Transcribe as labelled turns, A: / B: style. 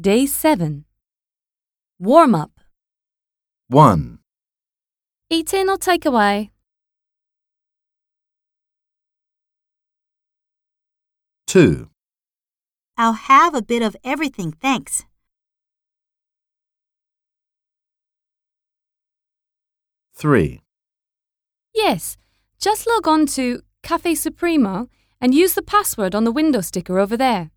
A: Day 7 Warm up
B: 1.
A: 1の takeaway
B: 2.
C: I'll have a bit of everything, thanks.
B: 3.
A: Yes, just log on to Cafe Supremo and use the password on the window sticker over there.